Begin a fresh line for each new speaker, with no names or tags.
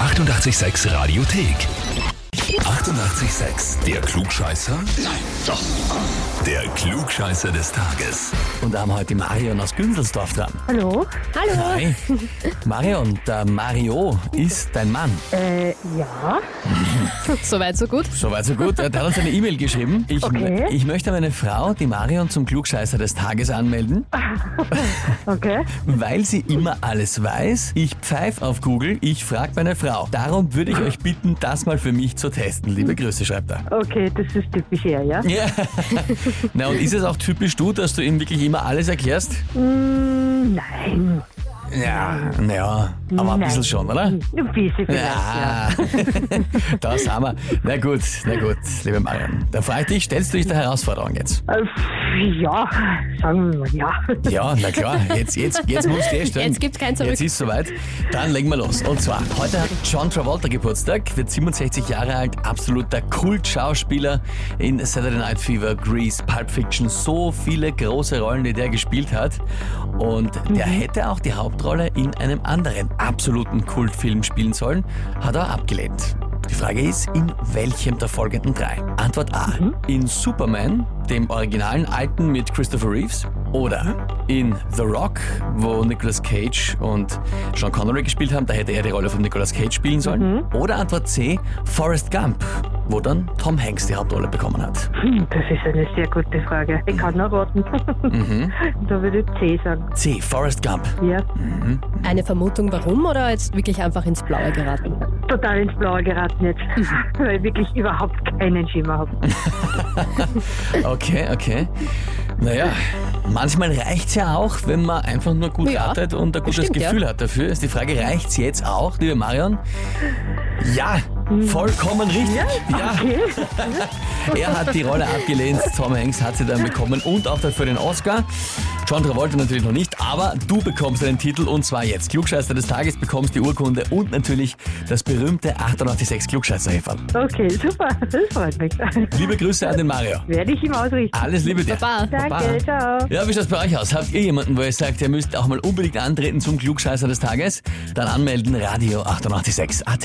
886 Radiothek. 88,6. Der Klugscheißer? Nein, doch. Der Klugscheißer des Tages.
Und da haben wir heute die Marion aus Günzelsdorf dran.
Hallo? Hallo?
Hi. Marion, der äh, Mario ist dein Mann.
Äh, ja.
Soweit, so gut.
Soweit so gut. Er hat uns eine E-Mail geschrieben. Ich,
Okay.
ich möchte meine Frau, die Marion, zum Klugscheißer des Tages anmelden,
Okay.
weil sie immer alles weiß. Ich pfeif auf Google, ich frag meine Frau. Darum würde ich euch bitten, das mal für mich zu testen. Liebe Grüße, schreibt er.
Okay, das ist typisch er, ja?
Ja. Na und ist es auch typisch du, dass du ihm wirklich immer alles erklärst?
Mm, nein.
Ja, naja, aber ein
Nein.
bisschen schon, oder?
Ein bisschen vielleicht, ja.
Ja, da sind wir. Na gut, na gut, liebe Marion. Da frage ich dich, stellst du dich der Herausforderung jetzt?
Äh, pf, Ja, sagen wir mal ja.
Ja, na klar, jetzt, jetzt, jetzt muss der stellen.
Jetzt gibt's kein Zurück.
Jetzt ist soweit. Dann legen wir los. Und zwar, heute hat John Travolta Geburtstag, wird 67 Jahre alt, absoluter Kultschauspieler in Saturday Night Fever, Grease, Pulp Fiction, so viele große Rollen, die der gespielt hat. Und
Mhm.
der hätte auch die Hauptrolle in einem anderen absoluten Kultfilm spielen sollen, hat er abgelehnt. Die Frage ist, in welchem der folgenden drei? Antwort A. In Superman, dem originalen alten mit Christopher Reeves. Oder in The Rock, wo Nicolas Cage und Sean Connery gespielt haben, da hätte er die Rolle von Nicolas Cage spielen sollen. Oder Antwort C, Forrest Gump, wo dann Tom Hanks die Hauptrolle bekommen hat.
Hm, das ist eine sehr gute Frage. Ich kann nur raten. Da würde ich C sagen.
C, Forrest Gump.
Ja,
Eine Vermutung, warum oder jetzt wirklich einfach ins Blaue geraten?
total ins Blaue geraten jetzt, weil ich wirklich überhaupt keinen Schimmer habe.
Okay, okay. Naja, manchmal reicht's ja auch, wenn man einfach nur gut
Ja,
ratet und ein gutes
stimmt, ja.
Gefühl hat dafür. Ist die Frage, reicht's jetzt auch, liebe Marion? Ja,
Hm.
vollkommen richtig. Ja,
Okay.
er hat die Rolle abgelehnt, Tom Hanks hat sie dann bekommen und auch dafür den Oscar. John Travolta natürlich noch nicht, aber du bekommst einen Titel und zwar jetzt. Klugscheißer des Tages bekommst die Urkunde und natürlich das berühmte 886 klugscheißer -Häferl.
Okay, super. Das freut mich.
Liebe Grüße an den Mario.
Werde ich ihm ausrichten.
Alles Liebe dir.
Baba.
Danke,
Baba.
ciao.
Ja, wie schaut's bei euch aus? Habt ihr jemanden, wo ihr sagt, ihr müsst auch mal unbedingt antreten zum Klugscheißer des Tages? Dann anmelden, Radio 886 AT.